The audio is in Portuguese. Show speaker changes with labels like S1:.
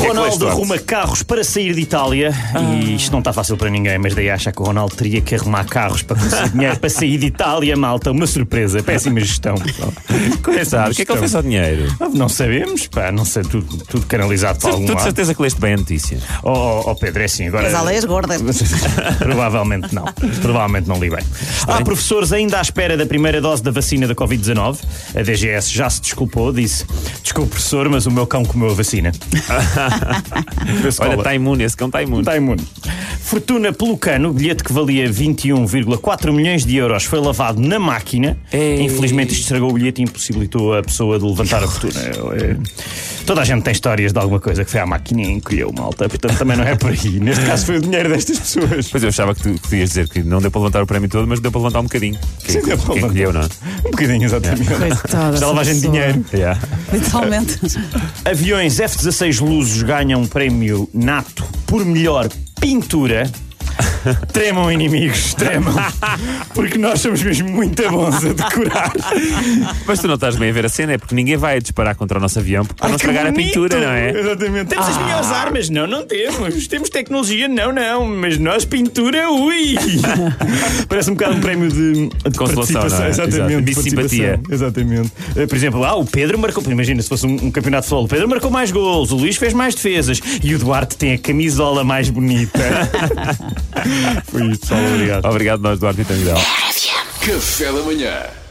S1: leste,
S2: Ronaldo
S1: Duarte?
S2: arruma carros para sair de Itália
S1: Ah.
S2: e isto não está fácil para ninguém, mas daí acha que o Ronaldo teria que arrumar carros para conseguir dinheiro para sair de Itália, malta. Uma surpresa, péssima gestão. pessoal.
S1: Coitado, o que é que ele fez
S3: um
S1: ao dinheiro?
S2: Não sabemos, pá, não sei, tudo, tudo canalizado para algum
S1: Tu de
S2: lado.
S1: certeza que leste bem a notícia.
S2: Oh, oh, oh, Pedro, é assim, agora.
S4: As aleias gordas.
S2: Provavelmente não. Provavelmente não li bem. Há professores ainda à espera da primeira dose da vacina da Covid-19. A DGS já se desculpou, disse: Desculpe, professor, mas o meu cão comeu a vacina. Da escola.
S1: Olha, está tá imune, esse cão está imune.
S3: Tá-
S2: Está imune. Fortuna Pelucano, bilhete que valia 21,4 milhões de euros, foi lavado na máquina.
S1: Ei.
S2: Infelizmente, isto estragou o bilhete e impossibilitou a pessoa de levantar a fortuna. É, é. Toda a gente tem histórias de alguma coisa que foi à maquininha e encolheu malta, portanto também não é por aí. Neste caso, foi o dinheiro destas pessoas.
S1: Pois eu achava que tu, que tu ias dizer que não deu para levantar o prémio todo, mas deu para levantar um bocadinho. Quem,
S2: Sim, deu para
S1: quem
S2: levantar.
S1: colheu, não é?
S2: Um bocadinho, exatamente.
S4: Coitada.
S2: Já
S4: essa
S2: lavagem de
S4: pessoa.
S2: dinheiro.
S1: Yeah.
S4: Literalmente.
S2: Aviões F-16 Lusos ganham um prémio nato por melhor pintura. Tremam, inimigos, tremam. Porque nós somos mesmo muito bons a decorar.
S1: Mas tu não estás bem a ver a cena, é porque ninguém vai disparar contra o nosso avião porque para não
S2: que
S1: estragar a
S2: bonito!
S1: pintura, não é?
S2: Exatamente. Temos as melhores armas? Não, não temos. Temos tecnologia? Não, não. Mas nós, pintura, ui! Parece um bocado um prémio de, de
S1: Consolação,
S2: participação.
S1: não é? Exato.
S2: Exatamente.
S1: De simpatia.
S2: participação. Exatamente. Eh, Por exemplo, ah, o Pedro marcou. Imagina se fosse um, um campeonato de futebol. O Pedro marcou mais gols, o Luís fez mais defesas e o Duarte tem a camisola mais bonita. Foi isto, só obrigado.
S1: Obrigado, nós, Duarte e Tamidão.
S5: Café da Manhã.